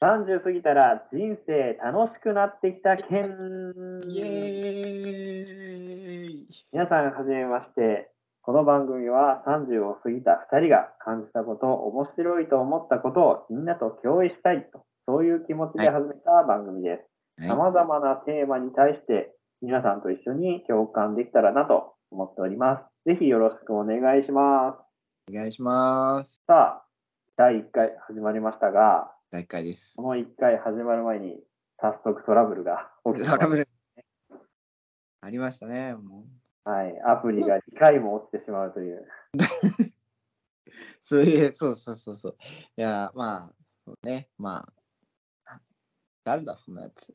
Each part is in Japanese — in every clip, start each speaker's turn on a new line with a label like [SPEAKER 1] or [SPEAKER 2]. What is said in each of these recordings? [SPEAKER 1] 30過ぎたら人生楽しくなってきたけん。
[SPEAKER 2] イエーイ
[SPEAKER 1] 皆さん、はじめまして。この番組は30を過ぎた2人が感じたこと、面白いと思ったことをみんなと共有したいと、そういう気持ちで始めた番組です。
[SPEAKER 2] はい
[SPEAKER 1] 様々なテーマに対して皆さんと一緒に共感できたらなと思っております。ぜひよろしくお願いします。
[SPEAKER 2] お願いします。
[SPEAKER 1] さあ、第1回始まりましたが、
[SPEAKER 2] 大 会です。
[SPEAKER 1] この1回始まる前に早速トラブルが起きてしま
[SPEAKER 2] ト
[SPEAKER 1] い
[SPEAKER 2] ラブルありましたね。も
[SPEAKER 1] はい、アプリが2回も落ちてしまうという。
[SPEAKER 2] うそういう、そうそうそうそう。いや、まあ、そうね、まあ、誰だ、そんなやつ。
[SPEAKER 1] い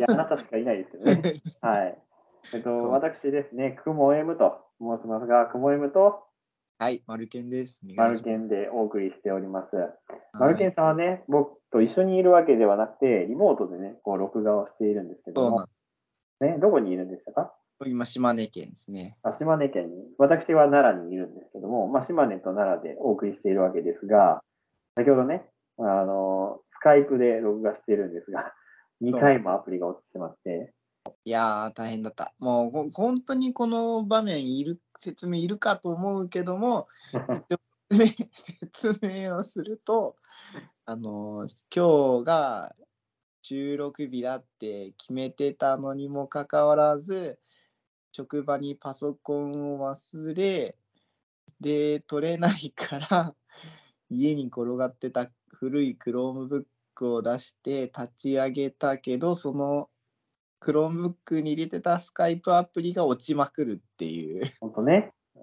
[SPEAKER 1] や、あなたしかいないですよね。はい。えっと、
[SPEAKER 2] そう
[SPEAKER 1] 私ですね、くも M と申しますが、くも M と
[SPEAKER 2] はい、マルケンです。お
[SPEAKER 1] マ
[SPEAKER 2] 願い
[SPEAKER 1] ル
[SPEAKER 2] し
[SPEAKER 1] ケンでお送りしております。
[SPEAKER 2] ます
[SPEAKER 1] マルケンさんはね、僕と一緒にいるわけではなくて、リモートでね、こう録画をしているんですけ
[SPEAKER 2] そ
[SPEAKER 1] ど
[SPEAKER 2] う
[SPEAKER 1] も
[SPEAKER 2] な、
[SPEAKER 1] ね、どこにいるんでしたか
[SPEAKER 2] の今、島根県ですね。
[SPEAKER 1] あ島根県に、私は奈良にいるんですけども、まあ、島根と奈良でお送りしているわけですが、先ほどね、あのスカイプで録画しているんですが、2回もアプリが落ちてしまって、
[SPEAKER 2] いやー、大変だった。もう、ほん本当にこの場面いる、説明いるかと思うけども、ね説明をするとあの今日が収録日だって決めてたのにもかかわらず職場にパソコンを忘れで取れないから家に転がってた古い Chromebook を出して立ち上げたけどその Chromebook に入れてた Skype アプリが落ちまくるっていう。
[SPEAKER 1] 本当ね、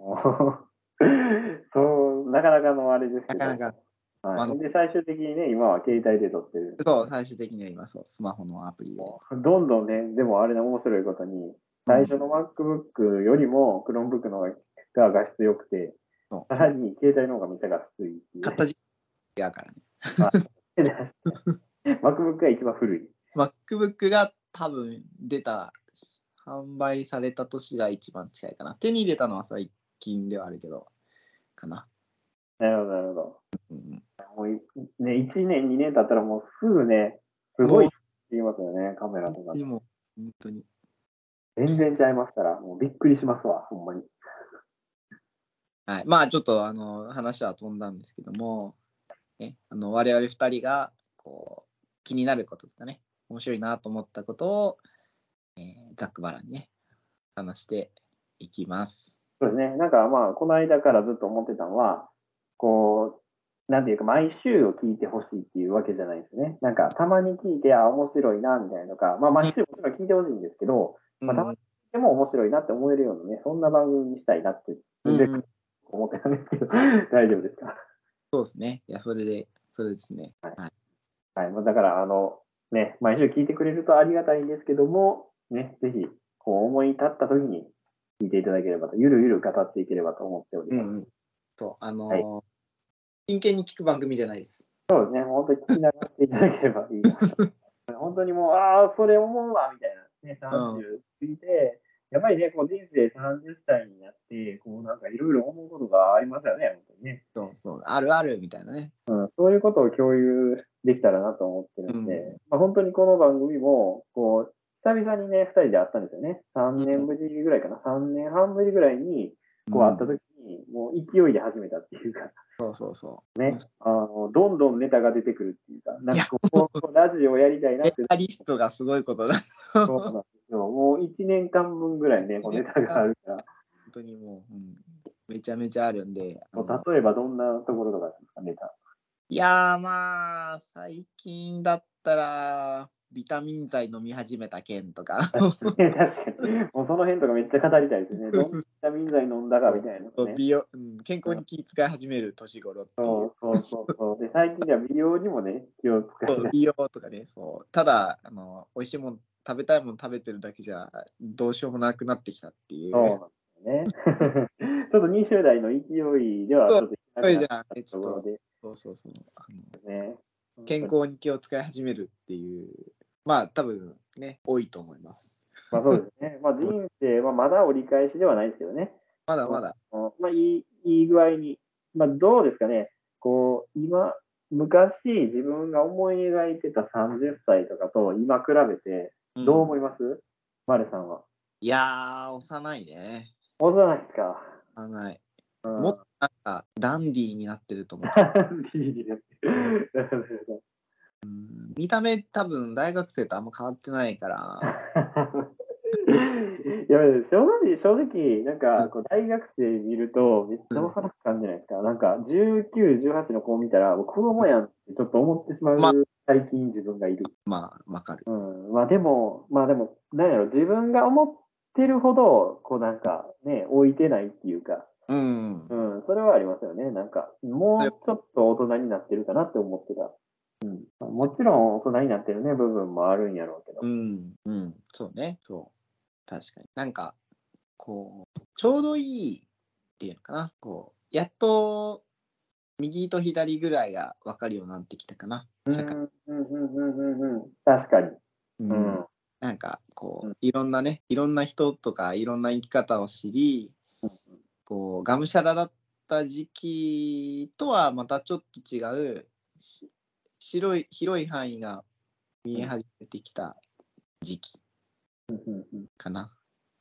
[SPEAKER 1] そう、なかなかのあれですけど、
[SPEAKER 2] なかなか
[SPEAKER 1] はい
[SPEAKER 2] あの
[SPEAKER 1] で最終的にね、今は携帯で撮ってる。
[SPEAKER 2] そう、最終的には今そう、スマホのアプリで。
[SPEAKER 1] どんどんね、でもあれの面白いことに、最初の MacBook よりも Chromebook の方が画質良くて、
[SPEAKER 2] そ
[SPEAKER 1] さらに携帯の方がめっちゃ画質いいっていうね。
[SPEAKER 2] 買った時期だからね。
[SPEAKER 1] MacBook が一番古い。
[SPEAKER 2] MacBook が多分出た、販売された年が一番近いかな。手に入れたのは最近ではあるけど、かな。
[SPEAKER 1] なるほど、なるほど。
[SPEAKER 2] うん、
[SPEAKER 1] ね、1年、2年経ったらもうすぐね、すごいって言いますよね、カメラとか。
[SPEAKER 2] でも、本当に。
[SPEAKER 1] 全然ちゃいますから、もうびっくりしますわ、ほんまに。
[SPEAKER 2] はい、まあちょっとあの話は飛んだんですけども、ね、あの我々2人がこう気になることとかね面白いなと思ったことを、えーざっくばらんにね話していきます。
[SPEAKER 1] そうですね、なんかまあ、この間からずっと思ってたのは、こう、なんていうか、毎週を聞いてほしいっていうわけじゃないですね。なんか、たまに聞いて、あ、面白いな、みたいなのか、まあ、毎週もちろん聞いてほしいんですけど、まあたまにでも面白いなって思えるようなね、そんな番組にしたいなって、
[SPEAKER 2] うん
[SPEAKER 1] 全然思ってたんですけど、 大丈夫ですか
[SPEAKER 2] そうですね。いや、それで、それですね。
[SPEAKER 1] はい、まあだから、あの、ね、毎週聞いてくれるとありがたいんですけども、ね、ぜひ、こう思い立った時に聞いていただければと、ゆるゆる語っていければと思っております。
[SPEAKER 2] そう、あのー
[SPEAKER 1] はい
[SPEAKER 2] 真剣に聞く番組じゃないです。
[SPEAKER 1] そうですね、もう本当に聞き流していただければいいな と。本当にもう、ああ、それ思うわ、みたいな。ね、
[SPEAKER 2] うん
[SPEAKER 1] 30過ぎて、やっぱりね、こう人生30歳になって、こうなんかいろいろ思うことがありますよね、本当にね。
[SPEAKER 2] そうそう、あるあるみたいなね。
[SPEAKER 1] そういうことを共有できたらなと思ってるんで、
[SPEAKER 2] うん
[SPEAKER 1] まあ、本当にこの番組も、こう、久々にね、2人で会ったんですよね。3年ぶりぐらいかな。3年半ぶりぐらいに、こう会った時に、もう勢いで始めたっていうか、
[SPEAKER 2] そうそうそ。
[SPEAKER 1] ね、あの、どんどんネタが出てくるっていうか、なんかこう、こうラジオやりたいうなっ
[SPEAKER 2] メ
[SPEAKER 1] て、
[SPEAKER 2] タリストがすごいことだ。
[SPEAKER 1] そうなんです よ。もう1年間分ぐらいね、こうネタがあるから、
[SPEAKER 2] 本当にもう、うん、めちゃめちゃあるんで。あ
[SPEAKER 1] も
[SPEAKER 2] の
[SPEAKER 1] う例えばどんなところとかですか、ネ タ。
[SPEAKER 2] いやー、まあ、最近だったら、ビタミン剤飲み始めた件とか。
[SPEAKER 1] 確かに。もうその辺とかめっちゃ語りたいですね。どんなビタミン剤飲んだかみたいな、ね。
[SPEAKER 2] 美容うん、健康に気遣い始める年頃っていう
[SPEAKER 1] そうそうそうそう。で、最近では美容にもね、気を使
[SPEAKER 2] そう美容とかねそうただあの美味しいもん食べたいもん食べてるだけじゃどうしようもなくなってきたっていう
[SPEAKER 1] そうなんですよね。ちょっ と20代の勢いではちょっといかなくなったところで、
[SPEAKER 2] そうそうそうあの
[SPEAKER 1] ね、
[SPEAKER 2] 健康に気を使い始めるっていうまあ多分ね多いと思います
[SPEAKER 1] まあそうですね。まあ人生はまだ折り返しではないですよね。
[SPEAKER 2] まだまだ
[SPEAKER 1] まあいいいい具合に、まあどうですかね、こう、今、昔自分が思い描いてた30歳とかと今比べて
[SPEAKER 2] うん
[SPEAKER 1] どう思います、マルさんは。
[SPEAKER 2] いやー、幼いね。
[SPEAKER 1] 幼いですか。
[SPEAKER 2] 幼い。
[SPEAKER 1] うん
[SPEAKER 2] もっとなんか、ダンディーになってると思う。 見た目、多分、大学生とあんま変わってないから。
[SPEAKER 1] いや正直、正直、なんかこう大学生見ると、めっちゃ幼く感じないですか、なんか19、18の子を見たら、もう子供やんってちょっと思ってしまう、
[SPEAKER 2] まあ
[SPEAKER 1] 最近、自分がいる。
[SPEAKER 2] まあ、わかる。
[SPEAKER 1] うん、まあでも、まあでも、なんやろ、自分が思ってるほど、こうなんかね、置いてないっていうか、
[SPEAKER 2] うん
[SPEAKER 1] う。ん、それはありますよね。なんか、もうちょっと大人になってるかなって思ってた。うん、もちろん大人になってるね、部分もあるんやろうけど。
[SPEAKER 2] うん。うん。そうね。そう。確かに。なんか、こう、ちょうどいいっていうのかな。こう、やっと、右と左ぐらいが分かるようになってきたかな。
[SPEAKER 1] うん、う
[SPEAKER 2] 社
[SPEAKER 1] ん
[SPEAKER 2] 会。、
[SPEAKER 1] うん、うん、うんうん。確かに。
[SPEAKER 2] う
[SPEAKER 1] うん。
[SPEAKER 2] なんかこ
[SPEAKER 1] う
[SPEAKER 2] ういろんなねいろんな人とかいろんな生き方を知り
[SPEAKER 1] うん
[SPEAKER 2] こうがむしゃらだった時期とはまたちょっと違うし白い広い範囲が見え始めてきた時期
[SPEAKER 1] うんうんうん
[SPEAKER 2] かな。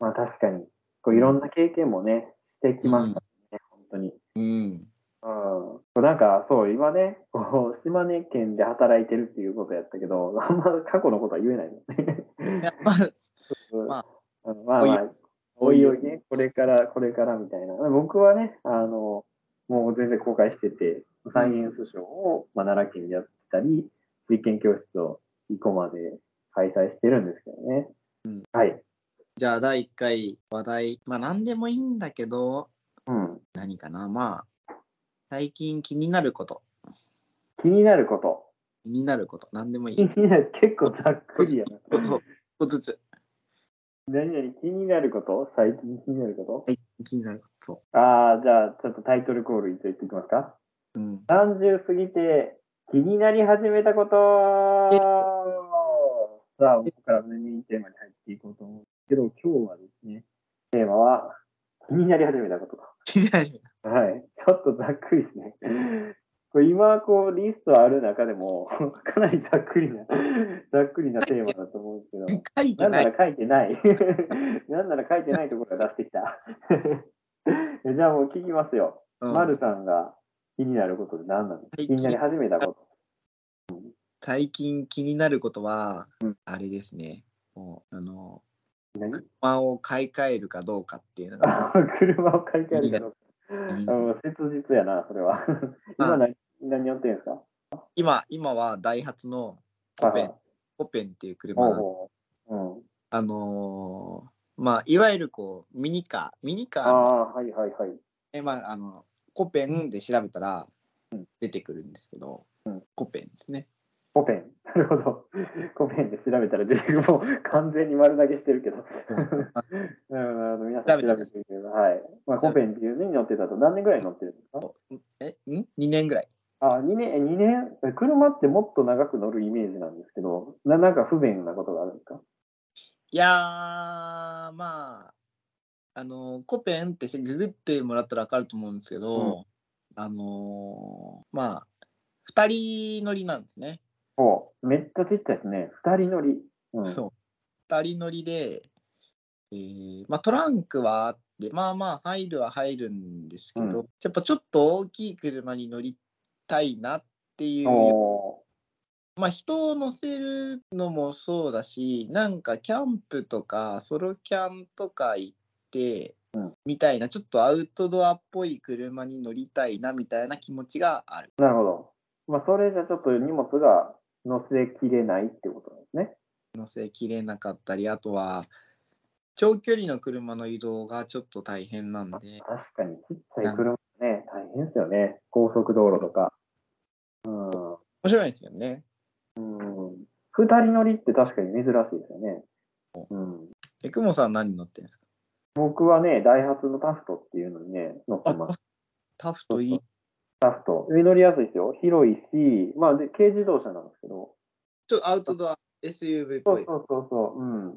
[SPEAKER 1] まあ確かに、こういろんな経験もね、してきましたね、本当に。
[SPEAKER 2] うん、
[SPEAKER 1] うん、なんかそう、今ね、こう島根県で働いてるっていうことやったけど、あんま過去のことは言えないの
[SPEAKER 2] い
[SPEAKER 1] ね。
[SPEAKER 2] やまあまあ
[SPEAKER 1] うんまあまあ、 お
[SPEAKER 2] お
[SPEAKER 1] い
[SPEAKER 2] いおい
[SPEAKER 1] おいね、これから、これからみたいな。僕はね、あの、もう全然公開してて、サイエンスショーを、まあ、奈良県でやってたり、実験教室を生駒で開催してるんですけどね。はい。
[SPEAKER 2] じゃあ第1回話題まあ何でもいいんだけど
[SPEAKER 1] うん。
[SPEAKER 2] 何かなまあ最近気になること
[SPEAKER 1] 気になること。
[SPEAKER 2] 気になること何でもい
[SPEAKER 1] 気
[SPEAKER 2] い。
[SPEAKER 1] になる、結構ざっくりやな。
[SPEAKER 2] そうそう一個ずつ
[SPEAKER 1] 何々気になること最近気になること
[SPEAKER 2] はい気になること。そう
[SPEAKER 1] ああ、じゃあ、ちょっとタイトルコール一応言っていきますか。
[SPEAKER 2] うん、
[SPEAKER 1] 30過ぎて気になり始めたことさあ、ここからメインテーマに入っていこうと思うんですけど、今日はですね、テーマは気になり始めたこと
[SPEAKER 2] 気になる
[SPEAKER 1] と。はい。ちょっとざっくりですね。これ今、こう、リストある中でも、かなりざっくりな、ざっくりなテーマだと思うんですけど。
[SPEAKER 2] 書いて
[SPEAKER 1] なん
[SPEAKER 2] な
[SPEAKER 1] ないら。書いてない。 なんなら書いてないところが出してきた。 じゃあもう聞きますよ。
[SPEAKER 2] うん
[SPEAKER 1] まるさんが気になることで何なの
[SPEAKER 2] 最
[SPEAKER 1] 気
[SPEAKER 2] 近
[SPEAKER 1] になり始めたこ
[SPEAKER 2] 最近気になることは、
[SPEAKER 1] うん
[SPEAKER 2] あれですね。もうあの
[SPEAKER 1] と。何
[SPEAKER 2] 車を買い替えるかどうかっていうの が
[SPEAKER 1] あ 車を買い替えるけど。
[SPEAKER 2] 気になる
[SPEAKER 1] うん切実やな、それは。今何何やってるんですか
[SPEAKER 2] 今今はダイハツの
[SPEAKER 1] コ
[SPEAKER 2] ペンコペンっていう車
[SPEAKER 1] お
[SPEAKER 2] なん
[SPEAKER 1] うおううん、
[SPEAKER 2] あのーまあいわゆるこうミニカーミニカ
[SPEAKER 1] あ
[SPEAKER 2] ーの
[SPEAKER 1] あ、はいはいはい。
[SPEAKER 2] えまああのコペンで調べたら出てくるんですけど、コペンですね。
[SPEAKER 1] コペン。なるほど。コペンで調べたら出てくる。もう完全に丸投げしてるけど。うん、あの皆さん調べてみてください。はいまあ、コペンっていうのに乗ってたと何年ぐらい乗ってるんですか
[SPEAKER 2] えん ?2 年ぐらい。
[SPEAKER 1] あ、2年、え二年え車ってもっと長く乗るイメージなんですけど、ななんか不便なことがあるんですか
[SPEAKER 2] いやーまああのコペンってググってもらったら分かると思うんですけど、あのーまあ2人乗りなんですね、
[SPEAKER 1] おめっちゃちっちゃいですね。2人乗り。うん、
[SPEAKER 2] そう2人乗りで、えーまあ、トランクはあってまあまあ入るは入るんですけど、
[SPEAKER 1] うん
[SPEAKER 2] やっぱちょっと大きい車に乗りたいなっていう
[SPEAKER 1] お
[SPEAKER 2] まあ、人を乗せるのもそうだしなんかキャンプとかソロキャンとか行って、
[SPEAKER 1] うん
[SPEAKER 2] みたいなちょっとアウトドアっぽい車に乗りたいなみたいな気持ちがある
[SPEAKER 1] なるほど。まあ、それじゃちょっと荷物が乗せきれないってことなんですね。
[SPEAKER 2] 乗せきれなかったりあとは長距離の車の移動がちょっと大変なんで
[SPEAKER 1] 確かに、ちっちゃい車ね、大変ですよね。高速道路とか。うん。
[SPEAKER 2] 面白いですよね
[SPEAKER 1] うん、2人乗りって確かに珍しいですよね。うん、
[SPEAKER 2] えくもさん何乗ってるんですか
[SPEAKER 1] 僕はね、ダイハツのタフトっていうのにね、乗ってます。
[SPEAKER 2] タフトいい
[SPEAKER 1] タフト。乗りやすいですよ。広いし、まあで、軽自動車なんですけど。
[SPEAKER 2] ちょっとアウトドア SUV っ
[SPEAKER 1] そ
[SPEAKER 2] ぽ
[SPEAKER 1] う
[SPEAKER 2] い
[SPEAKER 1] そうそうそう。うん。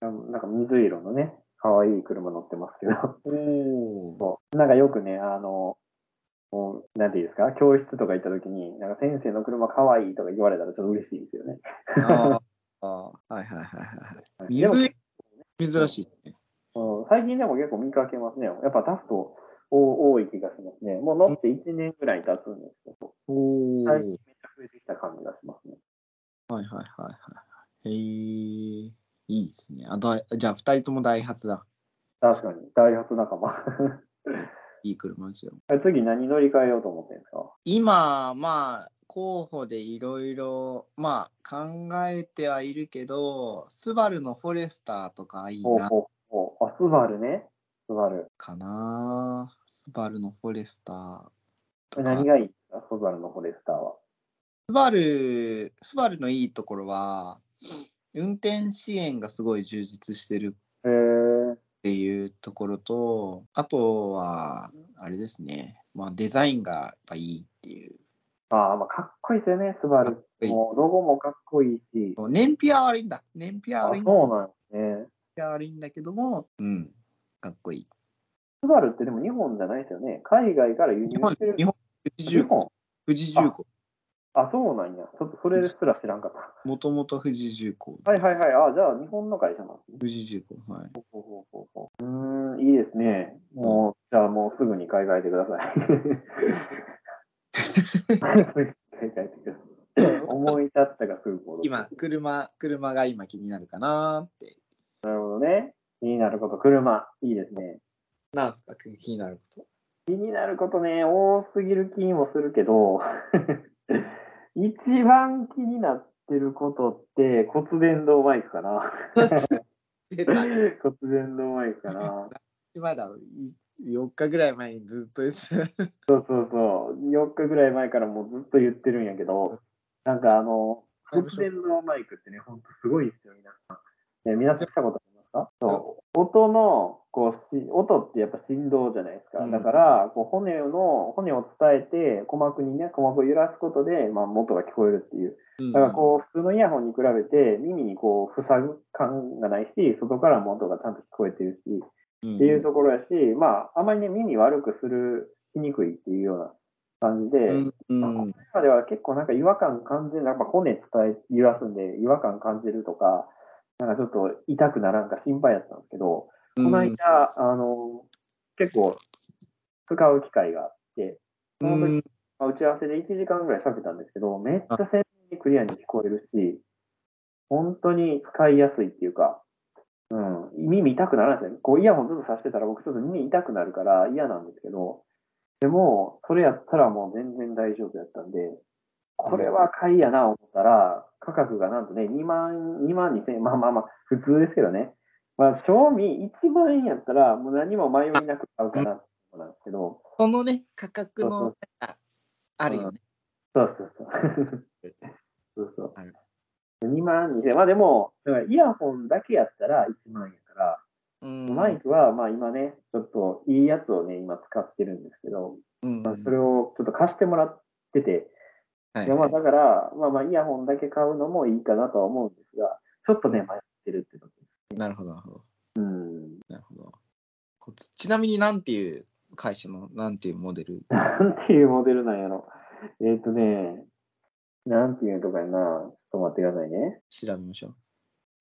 [SPEAKER 1] あのなんか水色のね、可 愛い車乗ってますけど。
[SPEAKER 2] おお
[SPEAKER 1] なんかよくね、あの、こうなんていうんですか、教室とか行った時に、なんか先生の車かわいいとか言われたらちょっと嬉しいですよね。
[SPEAKER 2] ああ、はいはいはいはい。
[SPEAKER 1] でも
[SPEAKER 2] 水珍しいね。
[SPEAKER 1] うん最近でも結構見かけますね。やっぱタフトお多い気がしますね。もう乗って1年ぐらい経つんですけど、
[SPEAKER 2] おお、は
[SPEAKER 1] 最近
[SPEAKER 2] い
[SPEAKER 1] めっちゃ増えてきた感じがしますね。
[SPEAKER 2] はいはいはい。へえ、いいですね。あだじゃあ、二人ともダイハツだ。
[SPEAKER 1] 確かに、ダイハツ仲間。
[SPEAKER 2] いい車ですよ。
[SPEAKER 1] 次何乗り換えようと思ってるんですか
[SPEAKER 2] 今、まあ、候補でいろいろ、まあ、考えてはいるけど、スバルのフォレスターとかいい
[SPEAKER 1] おう
[SPEAKER 2] な
[SPEAKER 1] おうおうあ、スバルね。スバル。
[SPEAKER 2] かな。スバルのフォレスターとか
[SPEAKER 1] 何。がいいですかスバルのフォレスターは。
[SPEAKER 2] スバル、スバルのいいところは、運転支援がすごい充実してる
[SPEAKER 1] へえ
[SPEAKER 2] っていうところとあとはあれですね、まあ、デザインがやっぱいいっていう
[SPEAKER 1] ああ、まあ、かっこいいですよね、スバル
[SPEAKER 2] かっ。こいい
[SPEAKER 1] もうロゴもかっこいいし。
[SPEAKER 2] 燃費は悪いんだ燃費は
[SPEAKER 1] あ
[SPEAKER 2] 悪いんだ
[SPEAKER 1] そうなんですね。
[SPEAKER 2] 燃費は悪いんだけども、うん、かっこいい
[SPEAKER 1] スバルってでも日本じゃないですよね。海外から輸入
[SPEAKER 2] 日本
[SPEAKER 1] してる。
[SPEAKER 2] 日本富士重工富士重工
[SPEAKER 1] あ、そうなんや。ちょっとそれすら知らんかった。
[SPEAKER 2] もともと富士重工
[SPEAKER 1] はいはいはい。あ、じゃあ日本の会社なんですね。
[SPEAKER 2] 富士重工はい
[SPEAKER 1] ほうほうほうほううーん、いいですね。もう、じゃあもうすぐに買い替えてくださ い。 すぐに買い替えてください。 思い立ったがすぐ行動。
[SPEAKER 2] 今車車が今気になるかなって
[SPEAKER 1] 気になること、車。いいですね。
[SPEAKER 2] なんですか気になる こ
[SPEAKER 1] 気になることね、多すぎる気もするけど、 一番気になってることって骨伝導マイクかな。
[SPEAKER 2] と出た
[SPEAKER 1] 骨伝導マイクかな。
[SPEAKER 2] まだ4日ぐらい前にずっとです
[SPEAKER 1] そうそうそう。4日ぐらい前からもうずっと言ってるんやけど、なんかあの、
[SPEAKER 2] はい
[SPEAKER 1] 骨伝導マイクってね、ほんとすごいですよ、皆さん。ね、皆さん来たことありますかそう。音の、こうし、音ってやっぱ振動じゃないですか。
[SPEAKER 2] うん
[SPEAKER 1] だから、こう骨の、骨を伝えて、鼓膜にね、鼓膜を揺らすことで、まあ、元が聞こえるっていう。だか
[SPEAKER 2] だ
[SPEAKER 1] らこう、普通のイヤホンに比べて、耳にこう、塞ぐ感がないし、外からも音がちゃんと聞こえてるし、
[SPEAKER 2] うん、
[SPEAKER 1] っていうところやし、まあ、あまりね、耳悪くする、しにくいっていうような感じで、
[SPEAKER 2] うん、
[SPEAKER 1] まあこの中では結構なんか違和感感じる、やっぱ骨伝え、揺らすんで違和感感じるとか、なんかちょっと痛くならんか心配やったんですけど、
[SPEAKER 2] うん
[SPEAKER 1] この間、あの、結構使う機会があって、その時、まあ打ち合わせで1時間ぐらい喋ったんですけど、めっちゃ鮮明にクリアに聞こえるし、本当に使いやすいっていうか、うん、耳痛くならないですね。こうイヤホンずっとさしてたら僕ちょっと耳痛くなるから嫌なんですけど、でも、それやったらもう全然大丈夫やったんで、これは買いやな思ったら、価格がなんとね、2万、2万2000円、まあまあまあ、普通ですけどね。まあ、賞味1万円やったら、もう何も迷いなく買うかなってことなんですけど、
[SPEAKER 2] そのね、価格の
[SPEAKER 1] そう
[SPEAKER 2] なんかあるよね。
[SPEAKER 1] そうそう そう。そうそう。
[SPEAKER 2] ある
[SPEAKER 1] 2万2000円。まあでも、だからイヤホンだけやったら1万円やから、
[SPEAKER 2] うん
[SPEAKER 1] マイクはまあ今ね、ちょっといいやつをね、今使ってるんですけど、
[SPEAKER 2] うん
[SPEAKER 1] まあ、それをちょっと貸してもらってて、
[SPEAKER 2] はい
[SPEAKER 1] いやまあだから、まあまあイヤホンだけ買うのもいいかなとは思うんですが、ちょっとね、迷ってるってとこです。
[SPEAKER 2] なるほど、なるほど。
[SPEAKER 1] うん。
[SPEAKER 2] なるほどこちなみに、なんていう会社の、なんていうモデル
[SPEAKER 1] なんていうモデルなんやろ。えっ、とね、なんていうとかやな。ちょっと待ってくださいね。
[SPEAKER 2] 調べまし ょ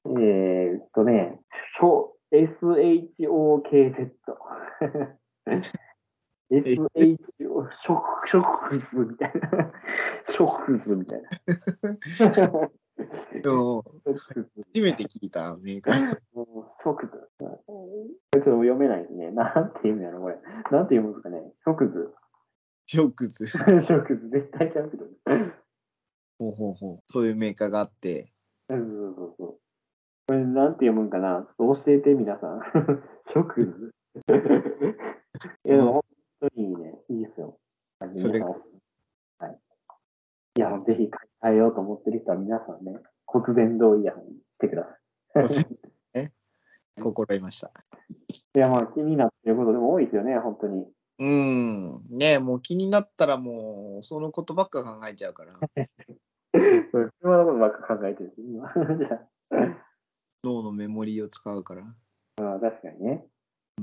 [SPEAKER 2] う。
[SPEAKER 1] えっ、とね、ひょ SHOKZ。SHO、食、食物みたいな。食物みたい な。食物。
[SPEAKER 2] 初めて聞いたメーカー。
[SPEAKER 1] もう即図。ちょっと読めないですね。なんていうんやろ、これ。なんて読むんですかね。即図。
[SPEAKER 2] ショックズ。
[SPEAKER 1] 即図、絶対ちゃうけど。
[SPEAKER 2] ほうほうほう。そういうメーカーが あって。
[SPEAKER 1] そうそうそうそう。これ、なんて読むんかな。ちょっと教えて、皆さん。 即図。いや、でも本当にいいね。いいですよ。
[SPEAKER 2] それが
[SPEAKER 1] 皆さんはい。いや、ぜひ変えようと思ってる人は、皆さんね、骨伝導イヤホンにしてください。
[SPEAKER 2] ね心得ました。
[SPEAKER 1] いや、まあ、気になってることでも多いですよね、本当 に。
[SPEAKER 2] うん。ねえもう気になったらもう、そのことばっか考えちゃうから、
[SPEAKER 1] それ車のことばっか考えてるんです今 じゃ
[SPEAKER 2] 脳のメモリーを使うから。
[SPEAKER 1] ああ確かにね。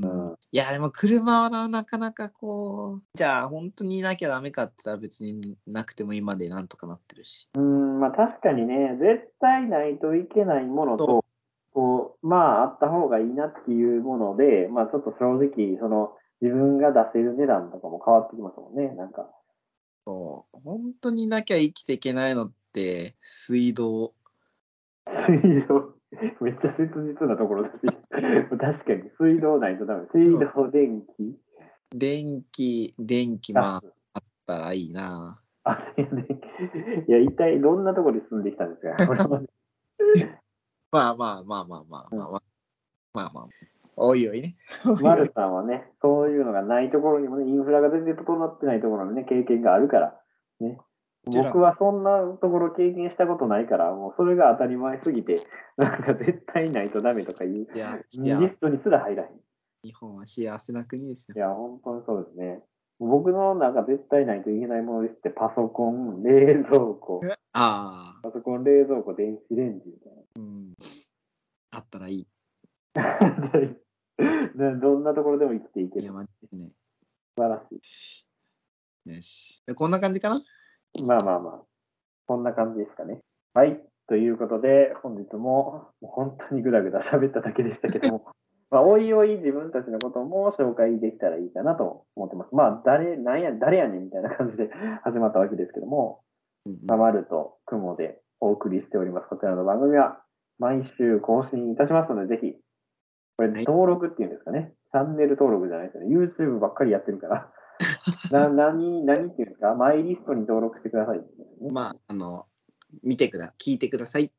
[SPEAKER 1] うん
[SPEAKER 2] いや、でも車はなかなかこう、じゃあ本当にいなきゃダメかって言ったら別になくても今でなんとかなってるし。
[SPEAKER 1] うん、まあ確かにね、絶対ないといけないもの
[SPEAKER 2] そ
[SPEAKER 1] と、こう、まああった方がいいなっていうもので、まあちょっと正直、その自分が出せる値段とかも変わってきますもんね、なんか。
[SPEAKER 2] そう本当にいなきゃ生きていけないのって水道。
[SPEAKER 1] 水道、 めっちゃ切実なところだし、 確かに水道ないとダメ。水道、電気、
[SPEAKER 2] 電気、電気まああ
[SPEAKER 1] ガス。
[SPEAKER 2] ったらいいな。
[SPEAKER 1] あ電気いや、一体どんなところに住んできたんですか、これ は
[SPEAKER 2] まあまあまあまあまあまあまあまあまあ。おいおいね。
[SPEAKER 1] マルさんはね、そういうのがないところにもね、インフラが全然整ってないところのね、経験があるから、ね。
[SPEAKER 2] ちろん
[SPEAKER 1] 僕はそんなところ経験したことないから、もうそれが当たり前すぎて、 なんか絶対ないとダメとかいう、
[SPEAKER 2] いや、いや
[SPEAKER 1] リストにすら入らへん。い
[SPEAKER 2] 日本は幸せな国ですよ。
[SPEAKER 1] や、本当にそうですね。僕のなんか絶対ないといけないものですって、パソコン、冷蔵庫、
[SPEAKER 2] ああ、
[SPEAKER 1] パソコン、冷蔵庫、電子レンジみたいな。
[SPEAKER 2] あったらいい。
[SPEAKER 1] ねどんなところでも生きていけ
[SPEAKER 2] い
[SPEAKER 1] る
[SPEAKER 2] や、。マジでね。
[SPEAKER 1] 素晴らし。
[SPEAKER 2] よし。でこんな感じかない
[SPEAKER 1] まあまあまあ。こんな感じですかね。はい。ということで、本日ももう本当にぐだぐだ喋っただけでしたけど も、まあ、おいおい自分たちのことも紹介できたらいいかなと思ってます。まあ、誰、なんや、誰やねんみたいな感じで 始まったわけですけども、ままると雲でお送りしております。こちらの番組は毎週更新いたしますので、ぜひ、これ
[SPEAKER 2] はい
[SPEAKER 1] 登録っていうんですかね。チャンネル登録じゃないですよね。YouTube ばっかりやってる から。な、何、何っていうんですかマイリストに登録してくださいって言うんですね、
[SPEAKER 2] まあ、あの、見てくだ、聞いてください。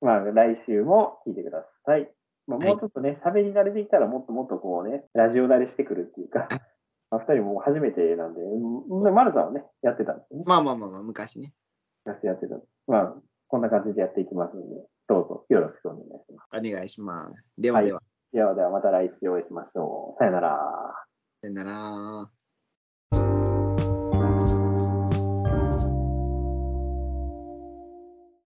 [SPEAKER 1] まあ、来週も聞いてください。まあ、
[SPEAKER 2] はい
[SPEAKER 1] もうちょっとね、喋り慣れてきたら、もっともっとこうね、ラジオ慣れしてくるっていうか、 まあ、二人も初めてなんで、うんまるさんはね、やってたんですよね。
[SPEAKER 2] まあまあまあまあ、昔ね。
[SPEAKER 1] 昔やってた。まあ、こんな感じでやっていきますので、どうぞよろしくお願いします。
[SPEAKER 2] お願いします。ではでは、
[SPEAKER 1] ではではまた来週お会いしましょう。さよなら。
[SPEAKER 2] さよなら。